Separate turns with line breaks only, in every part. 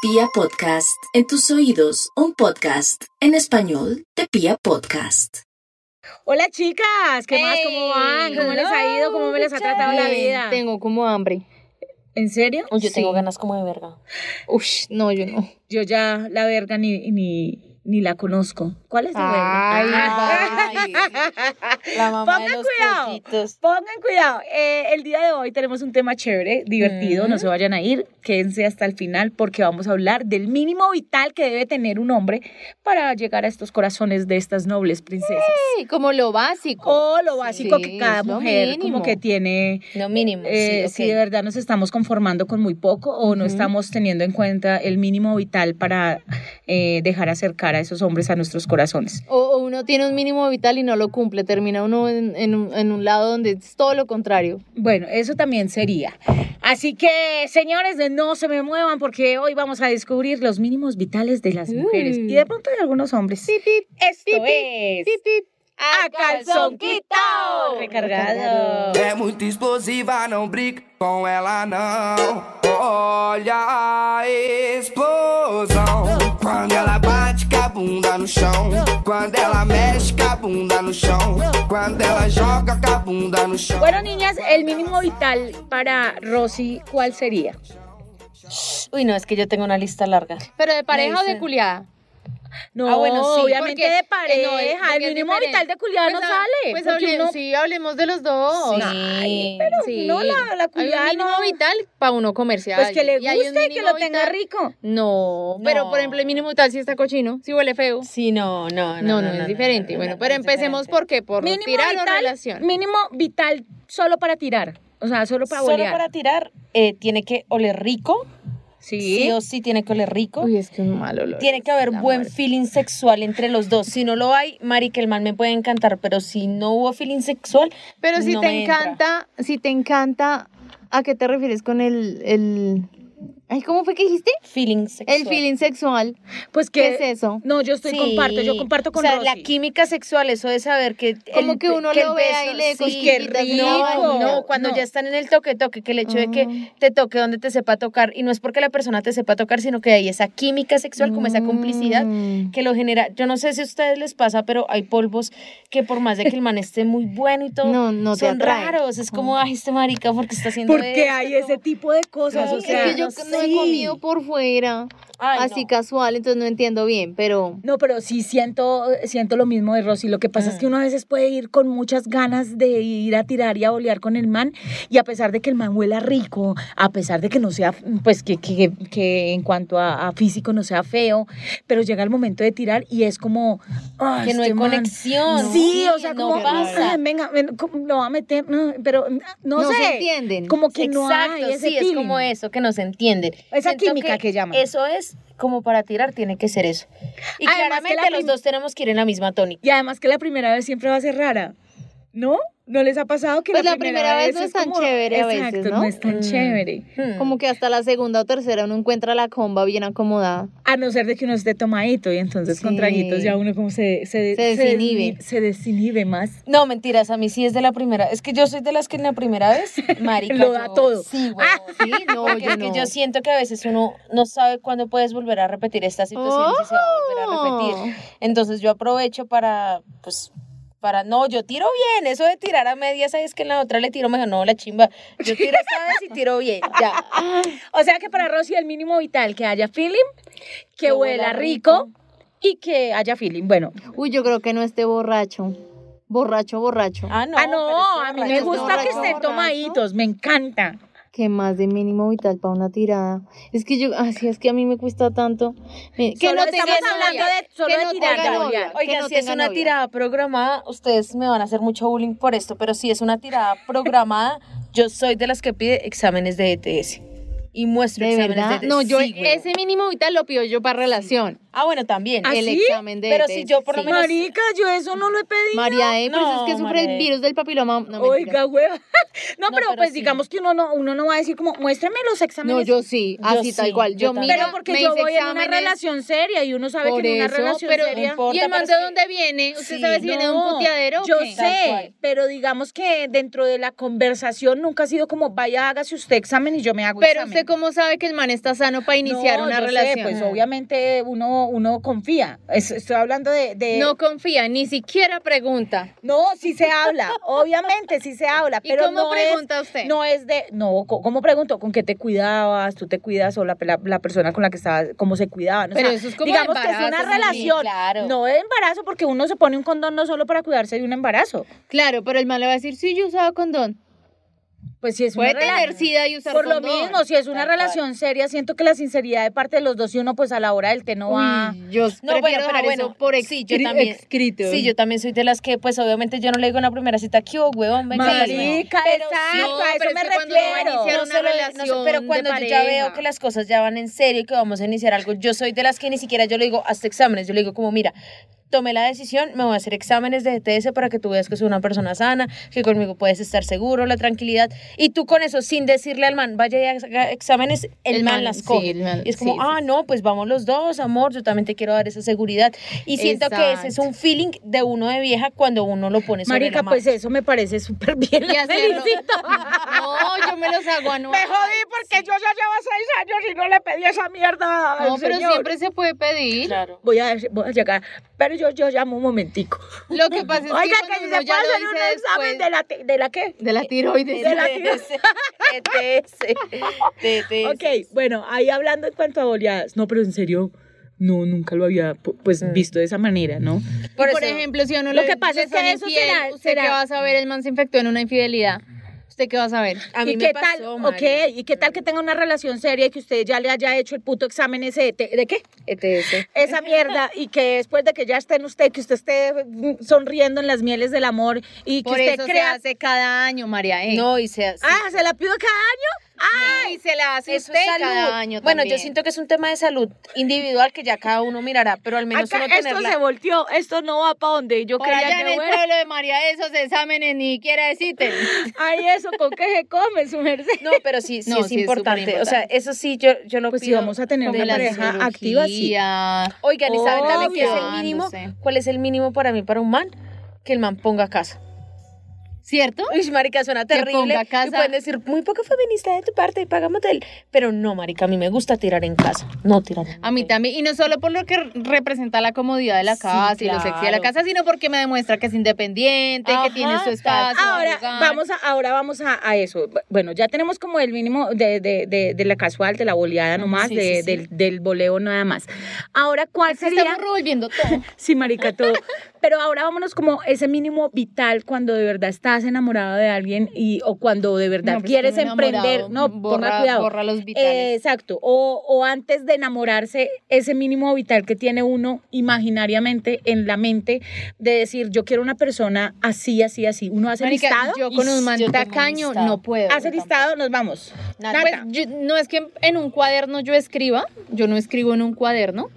Pia Podcast, en tus oídos, un podcast en español de Pia Podcast.
Hola chicas, ¿qué más? ¿Cómo van? ¿Cómo les ha ido? ¿Cómo me les ha tratado la
Bien,
vida?
Tengo como hambre.
¿En serio?
Yo
Sí.
tengo ganas como de verga. Ush, no, yo no.
Yo ya la verga ni, ni, ni la conozco. ¿Cuál es la
Ay,
verga?
bye. La mamá de
Pongan
los
cuidado.
pollitos.
Pongan cuidado, eh, el día de hoy tenemos un tema chévere, divertido,
Mm.
no se vayan a ir, quédense hasta el final porque vamos a hablar del mínimo vital que debe tener un hombre para llegar a estos corazones de estas nobles princesas.
Sí, como lo básico.
O lo básico
Sí,
que cada
es lo
mujer como
mínimo.
que tiene
Lo mínimo.
Eh,
sí,
Si de verdad nos estamos conformando con muy poco o no estamos teniendo en cuenta el mínimo vital para eh, dejar acercar a esos hombres a nuestros corazones.
O, o uno tiene un mínimo vital y no lo cumple. Termina uno en, en un, en un lado donde es todo lo contrario.
Bueno, eso también sería. Así que, señores, no se me muevan porque hoy vamos a descubrir los mínimos vitales de las mujeres
Mm.
y de pronto de algunos hombres.
Pip, pip,
Esto
pip,
es
pip, pip.
a calzón quitado. Recargado.
É muito explosiva, não brinque com ela não. Olha a explosão. Quando ela bate com a bunda no chão. Quando ela mexe com a bunda no chão. Quando ela joga com a bunda no chão.
Bueno, niñas, el mínimo vital para Rosy, ¿cuál sería?
Uy, no, es que yo tengo una lista larga.
Pero de pareja o de
dicen.
culiada.
No,
Ah, bueno, sí,
obviamente
Porque-
de
eh, no,
pareja.
es- porque
el
es
mínimo
diferente.
vital de culiada
Pues
no
hable-
sale.
Pues
porque
hable-
uno-
sí, hablemos de los dos.
Ay,
Sí.
no, la- la culiada
Hay un mínimo
no.
vital para uno comercial.
Pues que le guste y que lo tenga rico.
No, pero por ejemplo el mínimo vital sí está cochino, sí huele feo.
Sí, no, no,
No,
no.
no, es diferente.
no,
bueno,
no,
pero
es
empecemos
diferente.
por qué, por
Mínimo
tirar o
vital,
relación.
Mínimo vital solo para tirar. O sea, solo para
Solo
bolear.
para tirar, eh, tiene que oler rico.
Sí.
Sí o sí tiene que oler rico.
Uy, es que un mal olor.
Tiene que haber
La
buen
muerte.
feeling sexual entre los dos. Si no lo hay, Mari, que el man me puede encantar, pero si no hubo feeling sexual,
Pero si
no
te
me entra.
encanta, si te encanta, ¿a qué te refieres con el el Ay, ¿cómo fue que dijiste?
feeling sexual.
El feeling sexual.
Pues que.
¿Qué, es eso?
No, yo estoy
Sí.
comparto, yo comparto con
O sea,
Rosy.
la química sexual, eso de saber que.
Como que uno lo
el
vea y le dé
cosquillitas,
qué
¿no?
rico.
Ay, no,
No, cuando
no.
ya están en el toque-toque, que el hecho de que te toque donde te sepa tocar, y no es porque la persona te sepa tocar, sino que hay esa química sexual, como esa complicidad
Mm.
que lo genera. Yo no sé si a ustedes les pasa, pero hay polvos que por más de que el man esté muy bueno y todo,
No, no te
son
atrae.
raros. Es como, ay, este marica, porque está haciendo
Porque
esto?"
hay ese tipo de cosas.
No,
o
es
sea,
es que yo
no
no he
sé.
comido por fuera,
Ay, no.
así casual, entonces no entiendo bien, pero
No, pero sí siento, siento lo mismo de Rosy. Lo que pasa es
Ah.
que uno a veces puede ir con muchas ganas de ir a tirar y a bolear con el man. Y a pesar de que el man huela rico, a pesar de que no sea, pues que, que, que en cuanto a, a físico no sea feo, pero llega el momento de tirar y es como. "Ah,
Que no hay
este man".
conexión.
Sí,
¿no?
o sea,
no
como.
pasa.
"Ah, venga, ven, ¿cómo lo va a meter, Ah, pero ah, no,
No
sé.
se entienden.
Como que
Exacto,
no hay ese
sí, es como
feeling.
eso, que no se entienden.
Esa química que llaman.
Eso es, como para tirar, tiene que ser eso. Y
Además que la
claramente los
prim-
dos tenemos que ir en la misma tónica.
Y además que la primera vez siempre va a ser rara. ¿No? ¿No les ha pasado que
Pues la primera vez no es tan chévere a veces,
Exacto,
¿no?
es tan chévere.
Hmm.
como que hasta la segunda o tercera uno encuentra la comba bien acomodada.
A no ser de que uno esté tomadito y entonces con
Sí.
traguitos ya uno como se, se,
Se desinhibe.
desni- Se desinhibe más.
No, mentiras, a mí sí es de la primera. Es que yo soy de las que en la primera vez, marica,
Lo da
yo-
todo. Ah,
Sí, güey.
Sí, no,
Porque
yo
es Ah, que
no.
yo siento que a veces uno no sabe cuándo puedes volver a repetir esta situación y si se va a volver a repetir. Entonces yo aprovecho para, pues, para, no, yo tiro bien, eso de tirar a medias, sabes que en la otra le tiro mejor, no, la chimba, yo tiro esta vez y tiro bien, ya.
O sea que para Rosy el mínimo vital que haya feeling, que,
Que
huela,
huela
rico, y que haya feeling. Bueno,
Uy, yo creo que no esté borracho. Borracho, borracho.
Ah, no,
ah no,
pero
a
es
mí
que
me
borracho,
gusta que
borracho,
estén
borracho.
tomaditos, me encanta.
Que más de mínimo vital para una tirada. Es que yo, así es que a mí me cuesta tanto. Mire, que
Solo
no tenga
estamos
novia,
hablando de- solo
que
de
no
tirar,
tenga
de
novia,
bolear.
que
Oigan,
no
si es
tenga
una
novia.
tirada programada, ustedes me van a hacer mucho bullying por esto, pero si es una tirada programada, yo soy de las que pide exámenes de ETS. Y muestro
¿De
exámenes
verdad?
de ETS.
No, yo
Sí, güey.
ese mínimo vital lo pido yo para relación.
Ah, bueno, también.
¿Ah,
el
sí?
examen de
Pero
de-
si yo por lo
sí.
menos-
Marica, yo eso no lo he pedido.
María E, pero eso es
No,
que sufre
María
el
E.
virus del papiloma. No, mentiras.
Oiga, hueva. No, pero,
pero
pues
sí.
digamos que uno no, uno no va a decir como, muéstrame los exámenes.
No, yo sí,
Yo
así tal
sí,
cual.
yo
Yo,
también.
mira,
Pero porque
me
yo
hice
voy en una
exámenes,
relación seria y uno sabe
por
que en una
eso,
relación
pero-
seria.
importa,
¿Y el man
pero
de
es que-
dónde viene? ¿Usted
Sí,
sabe si viene de un
No,
puteadero o
Yo
qué?
Tal
sé,
cual.
pero digamos que dentro de la conversación nunca ha sido como, vaya, hágase usted examen y yo me hago
Pero
examen.
usted usted cómo sabe que el man está sano para iniciar
No,
una
yo sé,
relación?
pues obviamente uno, uno confía. Es- estoy hablando de. de-
No confía, ni siquiera pregunta.
No, sí se habla, obviamente sí se habla,
¿Y
pero
cómo
no
pregunta
es,
usted?
No es de, no, co- ¿cómo pregunto? ¿Con qué te cuidabas? ¿Tú te cuidas? ¿O la, la- la persona con la que estabas, cómo se cuidaban? O
Pero
sea,
eso es como
digamos que es
embarazo,
una
sí,
relación,
claro.
no de embarazo, porque uno se pone un condón no solo para cuidarse de un embarazo.
Claro, pero el man le va a decir, sí, yo usaba condón.
Pues si es
Puede
una rela-
tener sida y usar
Por lo
condón.
mismo, si es una relación seria, siento que la sinceridad de parte de los dos y uno pues a la hora del té ah. no va...
Uy, yo prefiero
No, bueno, pero
dejar
bueno,
eso por
sí, yo
excri-
también.
escrito.
Sí, yo también soy de las que, pues, obviamente yo no le digo en la primera cita, ¿qué hubo, huevón? Venga,
Marica,
pásame".
exacto, a eso
pero es
me
que cuando uno va a
refiero.
iniciar
No
una
solo- no sé,
relación
pero
de
cuando yo ya veo
pareja.
que las cosas ya van en serio y que vamos a iniciar algo, yo soy de las que ni siquiera yo le digo hasta exámenes, yo le digo como, mira, tomé la decisión, me voy a hacer exámenes de ETS para que tú veas que soy una persona sana, que conmigo puedes estar seguro, la tranquilidad, y tú con eso, sin decirle al man, vaya y haga exámenes, el,
El
man,
man,
las
sí,
coge.
el man,
y es como,
sí, sí,
ah, no, pues vamos los dos, amor, yo también te quiero dar esa seguridad. Y siento que ese es
Exacto.
un feeling de uno de vieja cuando uno lo pone sobre
Marica,
la mano.
pues eso me parece súper bien.
Y
la
hacerlo.
felicito.
No, yo me los hago anual.
Me jodí porque yo ya llevo seis años y no le pedí esa mierda. al
No, pero
señor.
siempre se puede pedir.
Claro.
Voy a, voy a llegar, pero yo, yo llamo un momentico.
Lo que pasa es
Oiga,
que
que si
cuando
se puede
uno ya lo
hacer un
dice
examen
después
de la, te- de la qué.
de la tiroides.
De la-
ETS. ETS.
Ok, bueno, ahí hablando en cuanto a boleadas. No, pero en serio, no, nunca lo había pu- pues
Mm.
visto de esa manera, ¿no?
Y Por, ejemplo, si uno
Lo
le-
que pasa
le
es que
son
eso
infiel,
será-
¿usted
será-
qué va a saber? El man se infectó en una infidelidad. ¿Usted qué va a saber?
A mí
¿Y
me
qué
pasó,
tal?
Mari.
Ok, ¿y qué tal que tenga una relación seria y que usted ya le haya hecho el puto examen ese de, te- de qué?
E ETS.
esa mierda y que después de que ya esté en usted, que usted esté mm, sonriendo en las mieles del amor y que
Por
usted
eso
crea...
se hace cada año, María. ¿eh?
No, y sea. sí.
Ah, ¿se la pido cada año? Ah,
y se la hace
Eso
usted
es salud.
cada año
bueno, yo
también.
siento que es un tema de salud individual que ya cada uno mirará, pero al menos
acá
uno
esto
tenerla.
se volteó, esto no va para donde yo
Por
quería
allá en
que
el
fuera.
pueblo de María esos exámenes ni quiera decirte.
Ay, eso, ¿con qué se come, su merced?
No, pero sí, sí
No,
es
sí es
importante. o sea,
superimportante.
eso sí, yo, yo lo
Pues si
pido
vamos a tener
con
una
la
pareja
psicología.
activa, sí.
Oigan, ¿y saben también qué es el
Obvio.
mínimo?
Dándose.
¿Cuál es el mínimo para mí, para un man? Que el man ponga casa.
¿Cierto?
Uy, marica, suena
Que
terrible.
ponga
Y
casa.
pueden decir, muy poco feminista de tu parte, paga motel. Pero no, marica, a mí me gusta tirar en casa. No tirar en
A mí
motel.
también, y no solo por lo que representa la comodidad de la
Sí,
casa y lo sexy de la
claro.
casa, sino porque me demuestra que es independiente,
Ajá,
que tiene su
tal.
espacio. su
Ahora
lugar.
vamos, a, ahora vamos a, a eso. B- Bueno, ya tenemos como el mínimo de, de, de, de la casual, de la boleada nomás,
Mm, sí,
de,
sí, sí.
Del, del boleo nada más. Ahora, ¿cuál
Se
sería?
estamos revolviendo todo.
Sí, marica, todo. Pero ahora vámonos como ese mínimo vital cuando de verdad estás enamorado de alguien y o cuando de verdad
No,
pues,
pero es que
quieres
uno pues, enamorado
emprender. No,
borra-
ponga cuidado.
borra los
Eh,
vitales.
exacto. O, o antes de enamorarse, ese mínimo vital que tiene uno imaginariamente en la mente de decir, yo quiero una persona así, así, así. Uno hace
Marica,
listado.
yo con un man
Yo tengo un
tacaño
listado.
no puedo.
Hace listado, nos vamos.
Nada.
Pues,
Nata.
yo- no es que en un cuaderno yo escriba, yo no escribo en un cuaderno,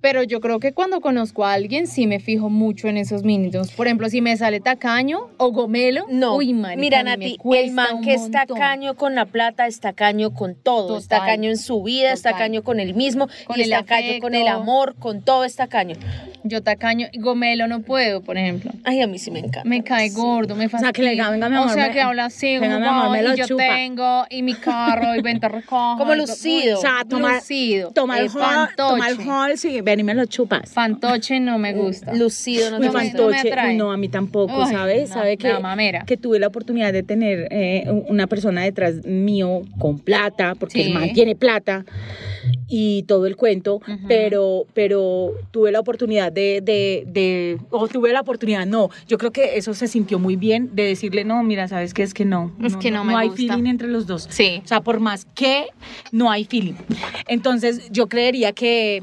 pero yo creo que cuando conozco a alguien sí me fijo mucho en esos mínimos. Por ejemplo, si me sale tacaño o gomelo,
No,
uy, marica,
mira
a mí me
Nati, el
cuesta
man
un
que está
montón.
caño con la plata, está caño con todo,
Total,
está caño en su vida, está
total.
caño con el mismo,
Con
y
el
está caño con el
afecto.
amor, con todo está caño.
Yo tacaño, gomelo no puedo, por ejemplo.
Ay, a mí sí me encanta.
Me cae gordo, me
sea,
fastidia.
que le diga, "Venga, mi amor,
O sea,
me-
que habla así,
venga,
como,
mi amor, me
"Ay,
lo
yo
chupa".
tengo, y mi carro, y venta recoja.
Como
y-
lucido.
O sea, tomar,
lucido,
tomar
eh,
el hall, tomar el
fantoche.
hall, sí, ven y me lo chupas.
Fantoche no me gusta.
Lucido, no
Muy
te
no me-
gusta?
no me
fantoche.
atrae.
Uy, no, a mí tampoco,
Ay,
¿sabes?
no,
¿Sabe que,
la mamera.
que tuve la oportunidad de tener eh, una persona detrás mío con plata, porque
Sí.
el man tiene plata y todo el cuento, pero, pero tuve la oportunidad de, de, de- o tuve la oportunidad, no, yo creo que eso se sintió muy bien de decirle, no, mira, ¿sabes qué? Es que no.
Es que no me
hay
gusta.
feeling entre los dos.
Sí.
O sea, por más que no hay feeling. Entonces, yo creería que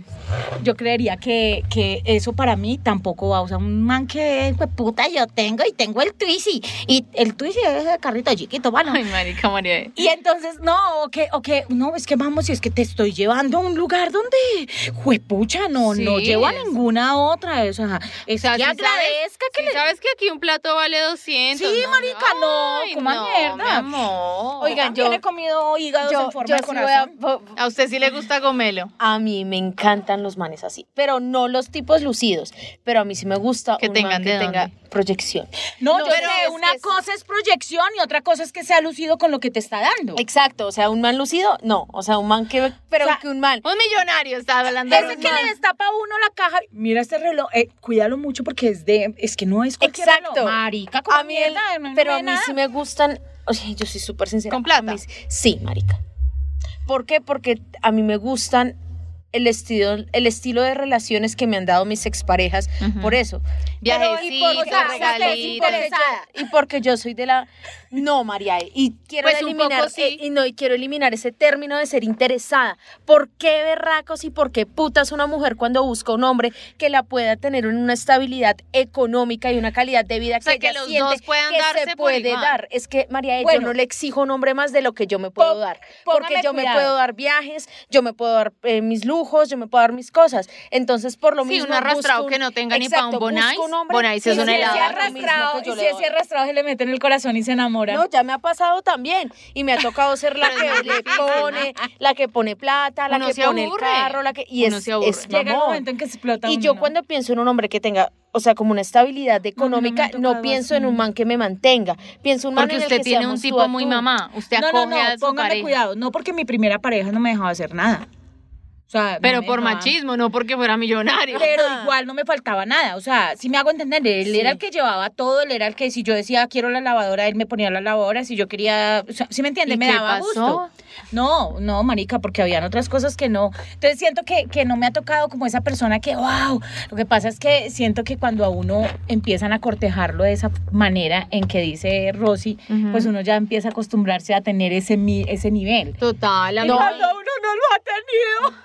yo creería que, que eso para mí tampoco va. O sea, un man que pues, puta yo tengo y tengo el Twizy. Y el Twizy es el carrito chiquito, bueno.
Ay, marica, María.
Y entonces, no, o que, o que, no, es que vamos, y es que te estoy llevando a un lugar donde, juepucha, no, no
Sí,
llevo a
es-
ninguna otra. O sea, es
sea,
que
sí
agradezca que
Sí,
le...
sabes que aquí un plato vale 200.
Sí,
¿no?
marica, no,
Ay,
coma
no,
mierda.
mi amor.
Oigan,
También
yo-
he comido hígados en forma de
sí
corazón.
voy a-
a usted sí le gusta gomelo.
A mí me encanta gustan los manes así, pero no los tipos lucidos, pero a mí sí me gusta
Que
un
tengan
man que
de
tenga
dónde.
proyección.
No,
No,
yo
pero
sé,
es-
una
es-
cosa es proyección y otra cosa es que sea lucido con lo que te está dando.
Exacto, o sea, un man lucido, no, o sea, un man que, pero
O sea,
que un man.
Un millonario estaba hablando.
Ese
de-
que le destapa a uno la caja. Mira este reloj. eh, cuídalo mucho porque es de. Es que no es cualquier
Exacto.
reloj. Marica, como
A mí, el-
mierda, no- no
pero
ve
a mí
nada.
sí me gustan, o sea, yo soy súper sincera.
¿Con plata?
a mí sí- sí, marica. ¿Por qué? Porque a mí me gustan el estilo, el estilo de relaciones que me han dado mis exparejas,
Ujú.
por eso.
Viajecitos,
y por- o sea,
regalitos.
porque yo- Y porque yo soy de la... No, María, y quiero
Pues un
eliminar...
poco sí.
eh, y no, y quiero eliminar ese término de ser interesada. ¿Por qué berracos y por qué putas una mujer cuando busca un hombre que la pueda tener en una estabilidad económica y una calidad de vida
sea,
que,
que
ella
los
siente
dos puedan
que
darse
se
por
puede
igual?
dar? Es que, María,
Bueno.
yo no le exijo a un hombre más de lo que yo me puedo
Pon-
dar. Porque
póngame
yo me
cuidado.
puedo dar viajes, yo me puedo dar eh, mis lujos, yo me puedo dar mis cosas. Entonces, por lo
Sí,
mismo...
un arrastrado
busco
que no tenga ni pa' un
Exacto,
Bon
busco un
Ice.
hombre
Bon Ice
que
es un
le dé
si
helado.
ese
lo mismo
arrastrado,
que yo
y
le
si
doy.
ese arrastrado se le mete en el corazón y se enamora.
No, ya me ha pasado también. Y me ha tocado ser la
Pero es
que
más
le
difícil,
pone, la que pone plata, la
Uno
que
se
pone el
aburre.
carro, la que. Y
Uno
es,
se aburre.
es
Llega el
mamón.
momento en que se explota.
Y
uno,
yo
¿no?
cuando pienso en un hombre que tenga, o sea, como una estabilidad económica,
tocado
no, pienso en un
así.
man que me mantenga. Pienso en un man
Porque
en el
usted
que
tiene
seamos
un
tú
tipo
a
muy
tú.
mamá. Usted
No, no,
acoge
no,
a su
póngame
pareja.
cuidado. No porque mi primera pareja no me dejaba hacer nada. O sea, no
Pero
me
por
dejaba-
machismo, no porque fuera millonario.
Pero igual no me faltaba nada. O sea, si me hago entender, él era el que llevaba todo, él era el que si yo decía quiero la lavadora, él me ponía la lavadora, si yo quería, o sea, ¿sí me entiende?
¿Y
Me
qué
daba
pasó?
gusto. No, no, marica, porque habían otras cosas que no. Entonces siento que, que no me ha tocado como esa persona que, wow, lo que pasa es que siento que cuando a uno empiezan a cortejarlo de esa manera en que dice Rosy,
Ujú.
pues uno ya empieza a acostumbrarse a tener ese, mi- ese nivel.
Total, a
No,
mí-
no, uno no lo ha tenido.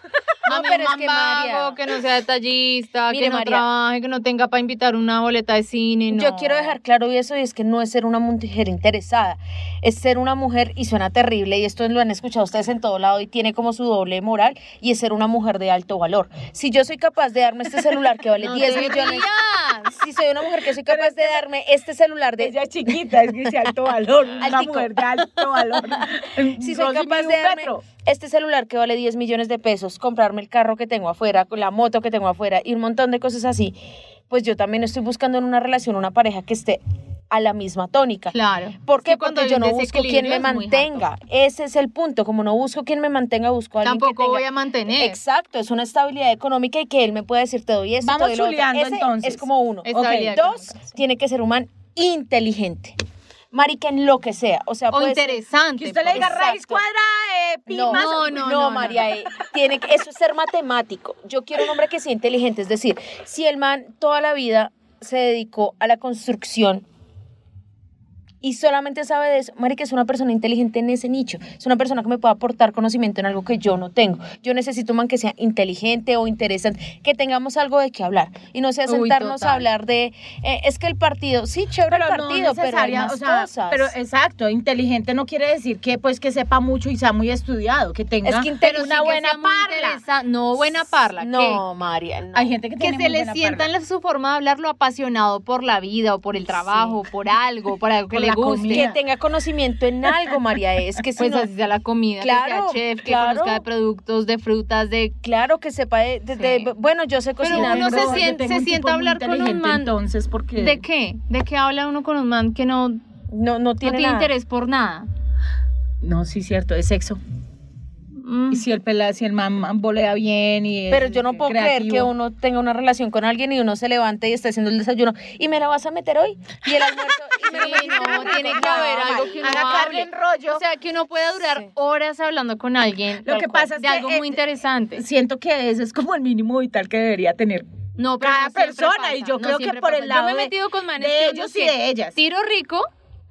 No,
a mí
pero
un
es que,
man
María-
vago, que no sea detallista,
Mire,
que no
María.
trabaje, que no tenga para invitar una boleta de cine. no.
Yo quiero dejar claro eso y es que no es ser una mujer interesada, es ser una mujer y suena terrible y esto lo han escuchado ustedes en todo lado y tiene como su doble moral y es ser una mujer de alto valor. Si yo soy capaz de darme este celular que vale
No
10
te
millones,
rías.
si soy una mujer que soy capaz de darme este celular de
Ella pues es chiquita, es que es de alto valor, una
Altico.
mujer de alto valor.
si soy
Rosy
capaz
mide
de
un
darme
metro.
este celular que vale 10 millones de pesos, comprarme el carro que tengo afuera, la moto que tengo afuera y un montón de cosas así, pues yo también estoy buscando en una relación una pareja que esté a la misma tónica.
Claro.
¿Por qué?
Es que cuando
Porque yo
hay un
no busco quien
desequilibrio
me
es muy
mantenga. Ese es el punto. Como no busco quien me mantenga, busco a alguien que
Tampoco
tenga...
voy a mantener.
Exacto, es una estabilidad económica y que él me pueda decir te doy esto,
Vamos
te doy lo otro.
chuleando,
Ese
entonces.
Es como uno. Ok,
Estabilidad
Dos,
económica, sí.
tiene que ser un man inteligente. Marica en lo que sea. O sea,
O
puede ser-
interesante.
Que usted le diga
pues.
raíz
Exacto.
cuadrada, eh, pi
No,
más-
No,
no,
no,
no,
no,
María, eh, tiene que, eso es ser matemático. Yo quiero un hombre que sea inteligente, es decir, si el man toda la vida se dedicó a la construcción y solamente sabe de eso, Marica es una persona inteligente en ese nicho, es una persona que me puede aportar conocimiento en algo que yo no tengo. Yo necesito un man que sea inteligente o interesante, que tengamos algo de qué hablar y no sea
Uy,
sentarnos
total.
a hablar de, eh, es que el partido, sí, chévere el partido, pero hay
necesaria,
más
o sea,
cosas.
Pero eh, exacto, inteligente no quiere decir que pues que sepa mucho y sea muy estudiado, que tenga
Es que
Pero
inteligente
una buena parla. No, buena parla. que-
No, María, no.
Hay gente que,
que
tiene
se
muy
le
buena
sienta
parla.
en la- su forma de hablar lo apasionado por la vida o por el trabajo, por algo, por algo que
Por
le
la
guste.
comida.
que tenga conocimiento en algo, María. Es que si
Pues
no-
así sea la comida,
Claro,
que sea chef, que
claro.
conozca de productos, de frutas, de...
claro que sepa de, de- de-
Sí.
bueno, yo sé
Pero
cocinar.
uno se
pero-
yo
siente-
tengo
se
un
sienta
tipo
a hablar
muy
con un
inteligente,
man.
Entonces, porque
¿De qué? ¿De qué habla uno con un man que no, no
no, no tiene,
tiene
nada.
interés por nada?
No, sí cierto, es sexo.
Mm.
Y si el pela, si el man volea bien y es
Pero yo no puedo creer
creativo.
que uno tenga una relación con alguien y uno se levante y esté haciendo el desayuno y me la vas a meter hoy y el almuerzo y me lo
Sí, no, tiene que haber algo que uno hable.
rollo.
O sea, que uno pueda durar
Sí.
horas hablando con alguien
Lo
tal
que
cual,
pasa es
de
que,
algo
eh,
muy interesante.
Siento que ese es como el mínimo vital que debería tener
No, pero
cada
no siempre
persona
pasa,
y yo
no
creo que
siempre
por
pasa.
el lado
Yo me he
de-
metido con manes
de
que uno
ellos Eh, y
que
de ellas.
Tiro rico,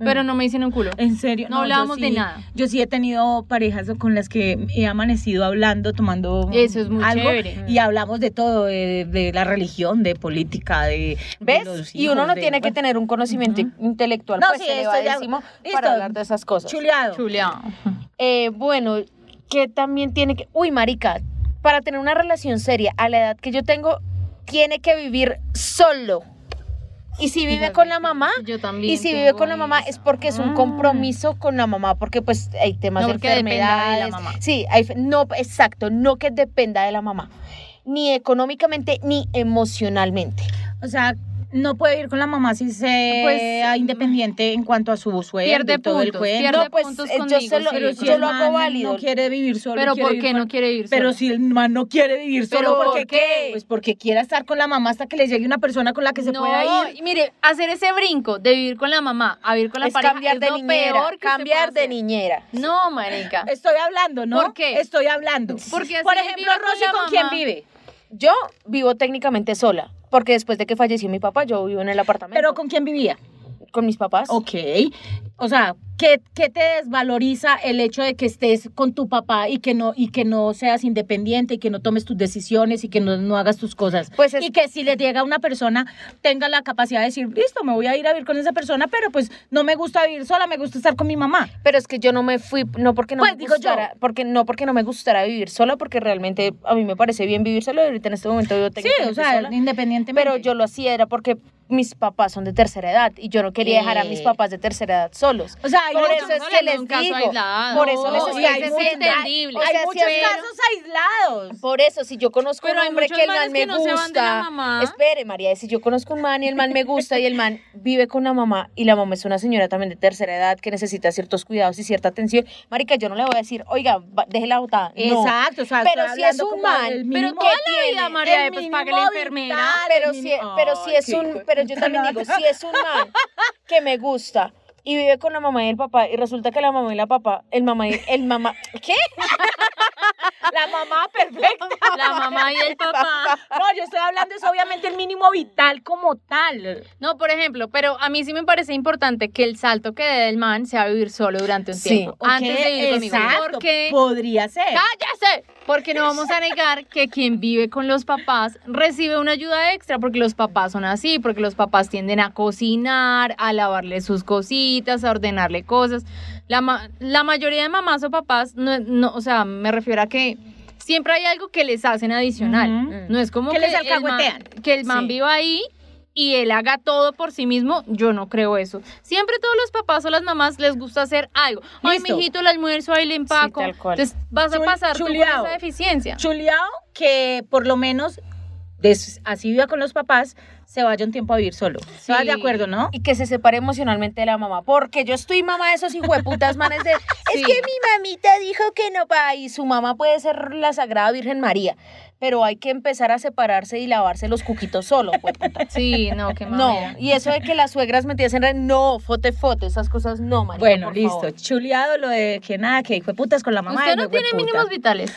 pero no me dicen un culo.
En serio,
No
yo
hablábamos de
sí-
nada.
Yo sí he tenido parejas con las que he amanecido hablando, tomando
Eso es muy
algo,
chévere.
y hablamos de todo, de, de la religión, de política, de de
¿Ves?
los
y uno
hijos,
no
de-
tiene
pues.
bueno,
que tener un conocimiento intelectual,
No,
pues
sí,
se le va
estoy de-
encima
listo.
para hablar de esas cosas.
chuleado.
Chuleado.
Eh, bueno, que también tiene que. Uy, marica, para tener una relación seria a la edad que yo tengo, tiene que vivir solo. Y si vive
Fíjate
con la
que
mamá,
yo también
y si
tengo
vive con la mamá
esa.
es porque es un
Ah.
compromiso con la mamá, porque pues hay temas
No,
de
porque dependa de la
enfermedades.
mamá.
Sí, hay, fe- no, exacto, no que dependa de la mamá. ni económicamente ni emocionalmente.
O sea, no puede ir con la mamá si se
Pues,
ah, independiente en cuanto a su sueldo
Pierde
y todo el
puntos,
cuento.
pierde
No, pues,
puntos
eh, yo
conmigo,
se lo-
sí,
pero
Pero
yo
si
yo
el
lo hago
man
válido.
no quiere vivir solo.
Pero
quiere
¿por
vivir
qué
con-
no quiere ir
Pero
solo?
si el man no quiere vivir
¿Pero
solo,
por
porque
qué?
Pues porque quiera estar con la mamá hasta que le llegue una persona con la que se
no,
pueda ir.
y mire, hacer ese brinco de vivir con la mamá a vivir con la
es
pareja
cambiar
es
de
lo
niñera,
peor que usted
cambiar
puede
de
hacer.
niñera.
No, marica.
Estoy hablando, ¿no?
¿Por qué?
Estoy hablando.
Porque así
Por
él
ejemplo,
vive con
Rosy,
la
¿con quién
mamá.
vive?
Yo vivo técnicamente sola, porque después de que falleció mi papá, yo vivo en el apartamento
Pero ¿con quién vivía?
con mis papás.
Ok. O sea, ¿qué, qué te desvaloriza el hecho de que estés con tu papá y que no, y que no seas independiente y que no tomes tus decisiones y que no, no hagas tus cosas?
Pues es-
Y que si le llega a una persona, tenga la capacidad de decir, listo, me voy a ir a vivir con esa persona, pero pues no me gusta vivir sola, me gusta estar con mi mamá.
Pero es que yo no me fui, no porque no
Pues,
me
digo yo.
gustara, porque no porque no me gustara vivir sola, porque realmente a mí me parece bien vivir sola, y ahorita en este momento vivo
Sí,
técnicamente
o sea,
sola.
independientemente.
Pero yo lo hacía era porque mis papás son de tercera edad y yo no quería dejar a mis
Eh.
papás de tercera edad solos.
O sea, hay
por
muchos-
eso es
estamos
que
hablando de
les
un caso
digo,
aislado.
por eso
No,
les
y
estoy
hay muchos-
diciendo,
entendible.
o
hay
sea, si
muchos
a mí-
casos aislados.
Por eso, si yo conozco
Pero
un
hay
hombre
muchos
que el man
manes
me
que no se van de la
gusta.
mamá.
Espere, María, si yo conozco un man y el man me gusta y el man vive con la mamá y la mamá es una señora también de tercera edad que necesita ciertos cuidados y cierta atención, Marica, yo no le voy a decir, oiga, va- déjela botada. No.
Exacto, o sea,
Pero
estoy
si es
hablando
un
como
man,
del
Pero
mínimo-
toda la vida, María,
el
pues pague la
mínimo
enfermera.
vital,
pero
el
si, e,
mínimo-
pero si
Ay,
es
qué hijo
un,
de
pero yo
puta,
también
no.
digo, si es un man que me gusta y vive con la mamá y el papá y resulta que la mamá y la papá, el mamá y el mamá, ¿qué?
La mamá perfecta.
La mamá y el papá.
No, yo estoy hablando es obviamente el mínimo vital como tal.
No, por ejemplo, pero a mí sí me parece importante que el salto que dé el man sea vivir solo durante un
Sí,
tiempo. Antes
Ok,
de vivir conmigo.
exacto,
Porque
podría ser.
¡Cállese! Porque no vamos a negar que quien vive con los papás recibe una ayuda extra, porque los papás son así, porque los papás tienden a cocinar, a lavarle sus cositas, a ordenarle cosas. La, ma- la mayoría de mamás o papás, no, no- o sea, me refiero a que siempre hay algo que les hacen adicional.
Ujú.
No es como
Que
que,
les
el man,
alcahuetean.
que el man
Sí.
viva ahí y él haga todo por sí mismo, yo no creo eso. Siempre todos los papás o las mamás les gusta hacer algo. Ay,
Listo.
mijito, el almuerzo ahí le empaco.
tal cual.
Entonces vas a
Chul-
pasar tú con
chuleado.
esa deficiencia.
Chuleado que por lo menos des- así viva con los papás, se vaya un tiempo a vivir solo. ¿Estás
Sí.
de acuerdo, no?
y que se separe emocionalmente de la mamá. Porque yo estoy mamá de esos hijueputas manes de.
Sí.
Es que mi mamita dijo que no va. Y su mamá puede ser la Sagrada Virgen María. Pero hay que empezar a separarse y lavarse los cuquitos solo, hueputa.
Sí, no, qué
No,
mamera.
y eso de que las suegras metidas en red, no, fote, fote, esas cosas no, marica,
Bueno,
por
listo.
favor.
Chuleado lo de que nada, que fue putas con la mamá.
Usted
y
no
me fue
tiene
puta.
mínimos vitales.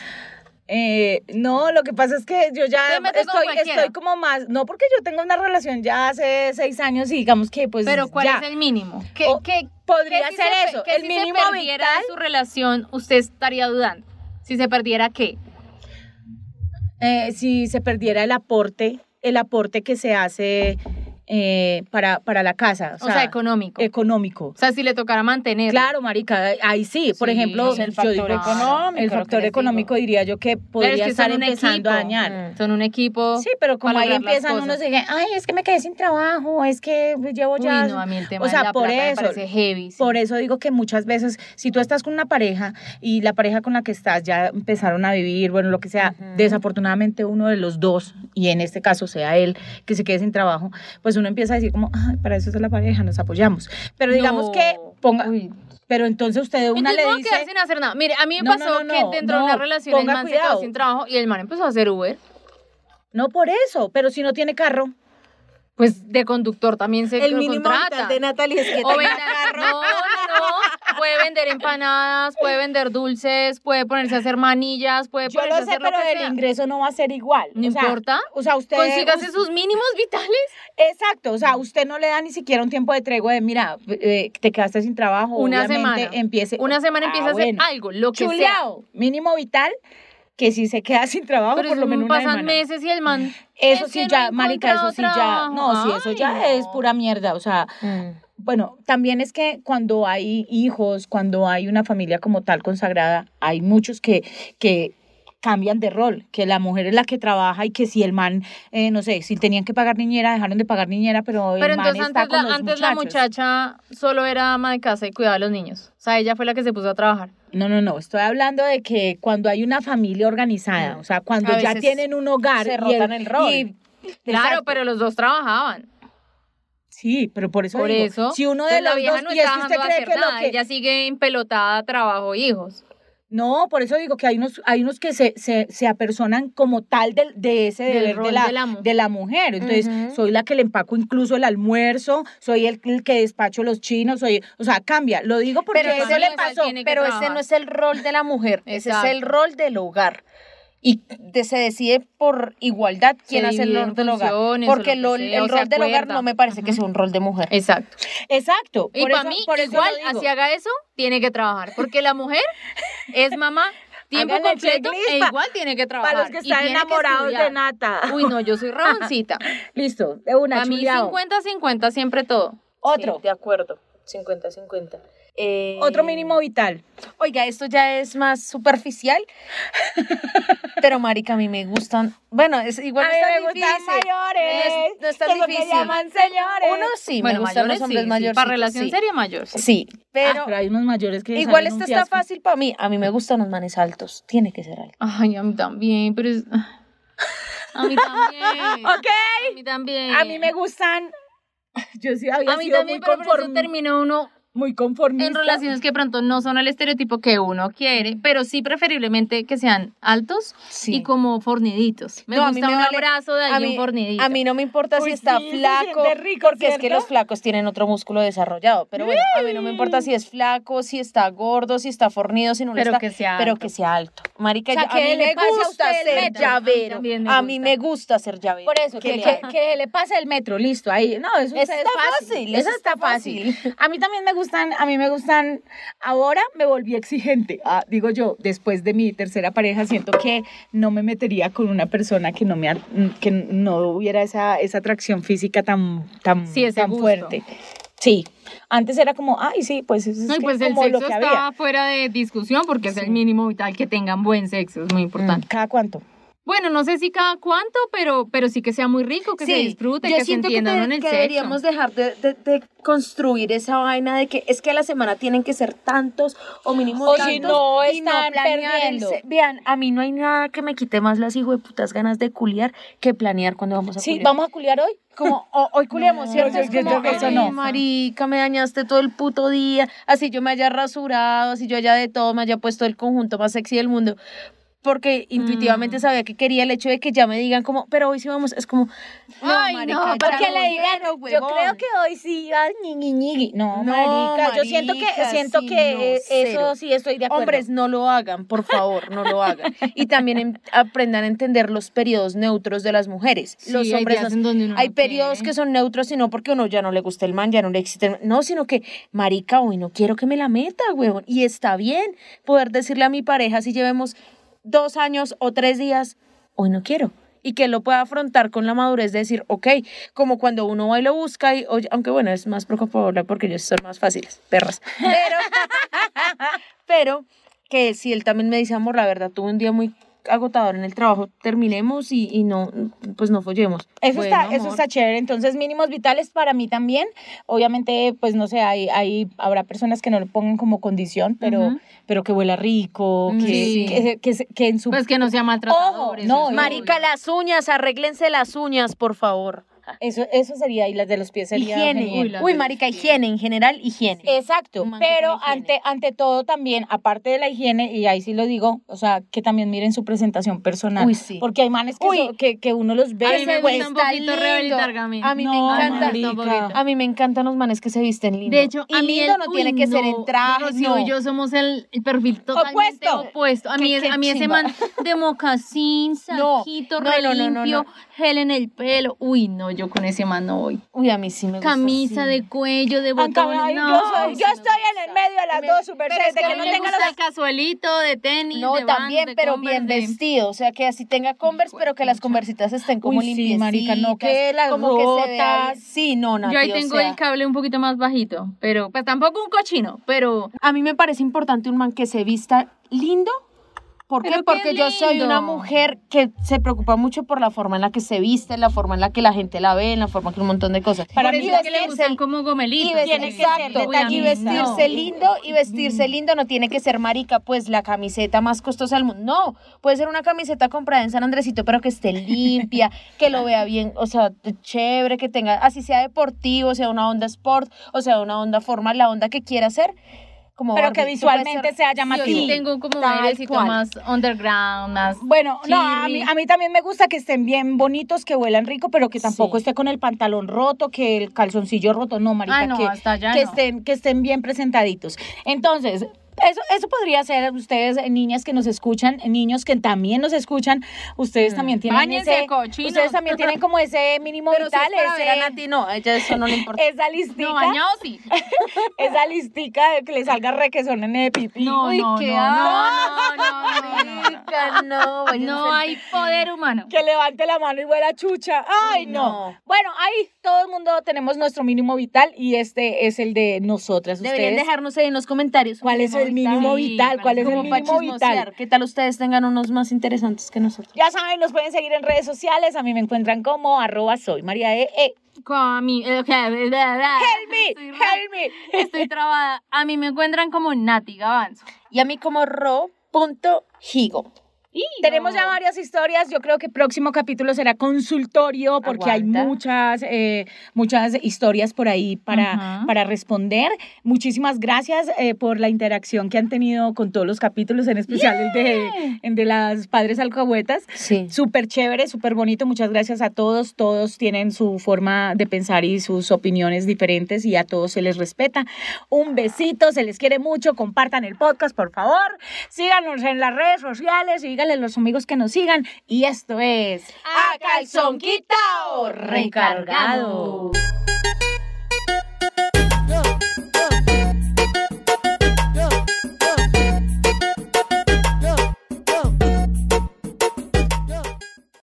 Eh, no, lo que pasa es que yo ya
Te metes con
estoy,
cualquiera.
estoy como más, no porque yo tengo una relación ya hace seis años y digamos que pues
Pero ¿cuál
ya.
es el mínimo? ¿Qué,
O-
qué-
podría
qué si
ser
se-
eso,
qué
el
si
mínimo
se perdiera
vital.
su relación, usted estaría dudando. Si se perdiera, ¿qué?
eh, si se perdiera el aporte, el aporte que se hace eh, para, para la casa.
O sea, económico.
Económico.
O sea, si le tocara mantener.
Claro, marica, ahí sí. Por
Sí,
ejemplo,
O sea, el
yo
factor
digo,
económico.
el
lo que
factor
les
económico
digo.
diría yo que podría
que
estar
son un
empezando a
equipo.
dañar.
Mm.
Son un equipo.
Sí, pero como
para
ahí
lograr las
empiezan unos
cosas.
de que, ay, es que me quedé sin trabajo, es que llevo
Uy,
pues ya...
no, a mí el tema
o sea,
de la
por
plata me
eso,
parece heavy. sí.
Por eso digo que muchas veces, si tú estás con una pareja y la pareja con la que estás ya empezaron a vivir, bueno, lo que sea, desafortunadamente uno de los dos, y en este caso sea él, que se quede sin trabajo, pues uno empieza a decir como, ay, para eso es la pareja, nos apoyamos. Pero digamos
No.
que ponga,
Uy.
pero entonces usted una
Entonces me
le
voy a quedar
dice,
sin hacer nada. Mire, a mí me
No, no, no,
pasó
no,
que dentro de una
no,
relación el
ponga
man se quedó
cuidado.
sin trabajo y el man empezó a hacer Uber.
no por eso, pero si no tiene carro.
Pues de conductor también se
El
lo
mínimo
contrata.
vital de Natalie es que
O
tenga
venda- no, no, puede vender empanadas, puede vender dulces, puede ponerse a hacer manillas, puede
Yo
ponerse
lo
a
sé,
hacer
pero
lo que
el
sea.
ingreso no va a ser igual.
No
O sea,
importa.
O sea, usted...
Consígase sus mínimos vitales.
Exacto, o sea, usted no le da ni siquiera un tiempo de tregua de, mira, eh, te quedaste sin trabajo,
Una
obviamente
semana.
empiece.
Una semana empieza
Ah,
a hacer
bueno.
algo, lo que sea.
Chuleado, mínimo vital, que si se queda sin trabajo,
Pero
por lo
si
menos una
pasan
semana.
meses y el man.
Eso
es
sí
que no
ya,
he
marica, eso sí ya,
encontrado
no, sí,
trabajo.
eso ya
Ay,
es
no.
pura mierda, o sea, bueno, también es que cuando hay hijos, cuando hay una familia como tal consagrada, hay muchos que, que cambian de rol, que la mujer es la que trabaja y que si el man, eh, no sé, si tenían que pagar niñera, dejaron de pagar niñera, pero... el
Pero
man
entonces
está
antes,
con
la,
los
antes la
muchachos.
muchacha solo era ama de casa y cuidaba a los niños. O sea, ella fue la que se puso a trabajar.
No, no, no, estoy hablando de que cuando hay una familia organizada, o sea, cuando
Mm. A
ya
veces
tienen un hogar...
se
y
rotan el rol.
y-
Claro,
Exacto.
pero los dos trabajaban.
Sí, pero por eso
Por
digo,
eso.
si uno de
entonces la
los
vieja
dos...
no
y es
está
que usted
dejando de
cree
hacer
que lo
nada.
que...
Ella sigue empelotada, trabajo, hijos.
No, por eso digo que hay unos, hay unos que se, se, se apersonan como tal del- de, ese
Del
deber de
rol
la,
de la mu-
de la mujer. Entonces,
Ujú.
soy la que le empaco incluso el almuerzo, soy el, el que despacho los chinos, soy, o sea, cambia. Lo digo porque
Pero
Porque
eso
el
le
man
pasó,
tiene que
pero ese
trabajar.
no es el rol de la mujer, ese es
Exacto.
el rol del hogar. Y de- se decide por igualdad quién
Se
hace el
dividen
rol del hogar.
funciones o
Porque
lo
lo-
que sea, o
el
se
rol del hogar
acuerda.
no me parece que
Ajá.
sea un rol de mujer.
Exacto.
Exacto.
Y
por
para
eso-
mí,
por eso lo
igual,
digo.
así haga eso, tiene que trabajar. Porque la mujer es mamá tiempo
Háganle
completo
checklist
e
pa-
igual tiene que trabajar.
Para los que
y
están
tiene que
enamorados de
estudiar.
Nata.
Uy, no, yo soy raboncita.
Listo, de una
A mí
chuleado.
50-50 siempre todo.
Otro,
de acuerdo. 50-50. Eh,
otro mínimo vital.
Oiga, esto ya es más superficial. pero, marica, a mí me gustan. Bueno, es igual.
A
no
mí me
es tan
gustan
difícil.
mayores.
No es, no es tan
que lo que
difícil.
llaman señores.
Uno sí, me
bueno,
gustan
mayores
los hombres
sí, sí.
mayores.
Para relación
sí.
seria, mayor. sí.
Sí, pero,
Ah, pero hay unos mayores que
igual
salen un
esto está
fiasco.
fácil para mí. A mí me gustan los manes altos. Tiene que ser alto.
Ay, a mí también, pero es... A mí también.
Ok,
A mí también.
a mí me gustan. Yo sí había
A mí
sido
también,
muy
pero por eso
conformi-
termina uno
muy conformista.
en relaciones que de pronto no son el estereotipo que uno quiere, pero sí preferiblemente que sean altos
Sí.
y como forniditos. Me
No, a mí
gusta
me
un
vale-
abrazo de
a
alguien
mí-
fornidito.
A mí no me importa
Uy,
si está
sí, se
flaco,
siente rico,
porque es que
¿cierto?
los flacos tienen otro músculo desarrollado. Pero bueno, a mí no me importa si es flaco, si está gordo, si está fornido, si no lo
Pero
está,
que sea
pero
alto.
que sea alto. Marica,
O sea,
yo-
que
a mí
le
me
pase a
gusta
usted el
ser
metro.
llavero.
A mí también me
A mí
gusta.
me gusta ser llavero.
Por eso, que,
le-
que, que le pasa el metro, listo, ahí. No, eso
Eso
es
está
fácil.
fácil,
Eso
eso
está
está
fácil.
fácil.
A mí también me gustan, a mí me gustan, ahora me volví exigente. Ah, digo yo, después de mi tercera pareja, siento que no me metería con una persona que no me at- que no hubiera esa, esa atracción física tan, tan,
Sí, ese
tan
gusto.
fuerte. Sí. Antes era como, ay, sí, pues es
No, y
que
pues el
como
sexo
lo que había.
está fuera de discusión porque es el mínimo vital que tengan buen sexo, es muy importante.
Mm, ¿Cada cuánto?
Bueno, no sé si cada cuánto, pero, pero sí que sea muy rico, que se disfrute,
yo
que se
siento que,
entiendan
te-
en el
que
sexo.
deberíamos dejar de, de- de construir esa vaina de que es que a la semana tienen que ser tantos o mínimo
O
tantos
si no,
y no
están
planear el
perdiendo.
se- Vean, a mí no hay nada que me quite más las hijo de putas ganas de culiar que planear cuando vamos a
Sí,
culiar.
¿vamos a culiar hoy?
Como "Oh, hoy culiamos, ¿cierto?
yo-
Es
yo
como,
creo que eso
"Ay,
no".
marica, me dañaste todo el puto día, así yo me haya rasurado, así yo haya de todo, me haya puesto el conjunto más sexy del mundo. Porque
Mm.
intuitivamente sabía que quería el hecho de que ya me digan como, pero hoy sí vamos, es como,
Ay, no,
ya
porque le
quiero,
Yo
huevón".
creo que hoy sí va ñigui ñigui. No,
No,
marica, yo siento que
marica,
siento
sí,
que
no,
eh, eso
cero.
sí estoy de acuerdo.
Hombres, no lo hagan, por favor, no lo hagan. Y también em- aprendan a entender los periodos neutros de las mujeres.
Sí,
los
hay
hombres
días
no-
en donde uno
hay
no
periodos
quiere.
que son neutros, sino porque uno ya no le gusta el man, ya no le existe. el- No, sino que, marica, hoy no quiero que me la meta, huevón. Y está bien poder decirle a mi pareja si llevemos dos años o tres días, hoy no quiero. Y que lo pueda afrontar con la madurez de decir, ok, como cuando uno va y lo busca, y, oye, aunque bueno, es más preocupable porque ellos son más fáciles, perras. Pero, pero que si él también me dice, amor, la verdad, tuve un día muy agotador en el trabajo, terminemos y, y no, pues no follemos.
Eso,
Bueno,
está, eso
amor.
está chévere. Entonces, mínimos vitales para mí también. Obviamente, pues no sé, hay, hay, habrá personas que no lo pongan como condición, pero,
Ujú.
pero que huela rico, que,
Sí.
que, que se- que en su...
Pues que no sea maltratador.
Ojo,
eso
no,
es
Marica,
obvio.
las uñas, arréglense las uñas, por favor.
eso, eso sería, y las de los pies sería...
Higiene.
genial.
Uy,
la de-
marica, higiene, en general, higiene.
Exacto,
Mantener
pero
higiene.
ante, ante todo también, aparte de la higiene, y ahí sí lo digo, o sea, que también miren su presentación personal.
Uy, sí.
Porque hay manes que,
Uy.
so- que, que uno los ve
A
y
mí me
güey,
gusta un
está
poquito
lindo.
rehabilitar Gami.
A mí me
No,
encanta.
marica.
A mí me encantan los manes que se visten lindo.
De hecho,
y
a mí
lindo
el-
no
uy,
tiene que ser en
no,
traje,
Rocío
no.
y yo somos el, el perfil totalmente
Opuesto.
opuesto. A mí,
Qué-
es-
qué
a mí ese
chimba.
man de mocasín,
No,
saquito,
no,
re
no, no, no,
limpio,
no.
gel en el pelo. Uy, no, yo con ese man no voy.
Uy, a mí sí me gusta.
Camisa
sí. Ah,
de cuello, de
Aunque, ay,
botones, no.
yo, soy- yo
no me
estoy en el
gusta.
medio de las
Me-
dos, super
pero es
de
que
que,
a mí
no
me
tenga los...
el casuelito, de tenis,
No,
de Vans,
también,
de
pero
Converse,
bien
de-
vestido. O sea, que así tenga Converse, pero que las conversitas estén como
Uy, sí,
limpiecitas.
marica, no, que las
como que se vea bien.
rotas.
Sí, no, Nati,
Yo ahí
o
tengo
sea,
el cable un poquito más bajito, pero pues tampoco un cochino, pero
A mí me parece importante un man que se vista lindo
¿Por qué?
Pero qué
Porque yo soy
lindo.
una mujer que se preocupa mucho por la forma en la que se viste, la forma en la que la gente la ve, en la forma que un montón de cosas. Para
Por
mí
eso es que le gustan
vestirse
como gomelitos.
y, ves-
tiene que ser
exacto,
detallista.
y vestirse lindo y vestirse lindo no tiene que ser marica, pues la camiseta más costosa del mundo. No, puede ser una camiseta comprada en San Andresito, pero que esté limpia, que lo vea bien, o sea, chévere, que tenga, así sea deportivo, sea una onda sport, o sea, una onda formal, la onda que quiera hacer. Como
Pero que
Barbie, tú puedes
visualmente
ser-
sea
Yo
llamativo.
sí tengo como un
Tal
airecito
cual.
más underground, más...
Bueno, no, a mí,
Chirri.
a mí también me gusta que estén bien bonitos, que huelan rico, pero que tampoco
Sí.
esté con el pantalón roto, que el calzoncillo roto, no, marica,
Ah, no,
que,
hasta allá
que
no.
estén, que estén bien presentaditos. Entonces, eso, eso podría ser ustedes, eh, niñas que nos escuchan, niños que también nos escuchan, ustedes también tienen
Báñense,
ese,
cochinos.
ustedes también tienen como ese mínimo
Pero si es
vital,
para ver a
ese-
Nati, no, a ella eso no le importa.
esa listica,
No, bañado sí.
esa listica de que le salga requesón en el pipí.
No,
Uy,
no,
qué
no, no, no, no, no, no, no.
Marica, no, váyanse
No hay poder humano.
Que levante la mano y huela chucha. Ay, no.
no.
Bueno, ahí todo el mundo tenemos nuestro mínimo vital y este es el de nosotras.
Deberían
ustedes.
dejarnos ahí en los comentarios.
¿Cuál es el mínimo vital? ¿Cuál es el
Como para
mínimo vital?
chismosear. ¿Qué tal ustedes tengan unos más interesantes que nosotros?
Ya saben, nos pueden seguir en redes sociales. A mí me encuentran como arroba soy María E. E.
Con mi- Help
Help me,
me,
help me.
Estoy trabada. A mí me encuentran como Nati Gavanzo.
Y a mí como ro.higo.
Tenemos ya varias historias. Yo creo que el próximo capítulo será consultorio porque hay
Aguanta.
muchas, eh, muchas historias por ahí para,
Ajá.
para responder. Muchísimas gracias eh, por la interacción que han tenido con todos los capítulos, en especial el de, el de las padres alcahuetas.
Sí.
Súper chévere, súper bonito. Muchas gracias a todos. Todos tienen su forma de pensar y sus opiniones diferentes y a todos se les respeta. Un besito, se les quiere mucho. Compartan el podcast, por favor. Síganos en las redes sociales y díganle a los amigos que nos sigan. Y esto es
A calzón quitao, recargado.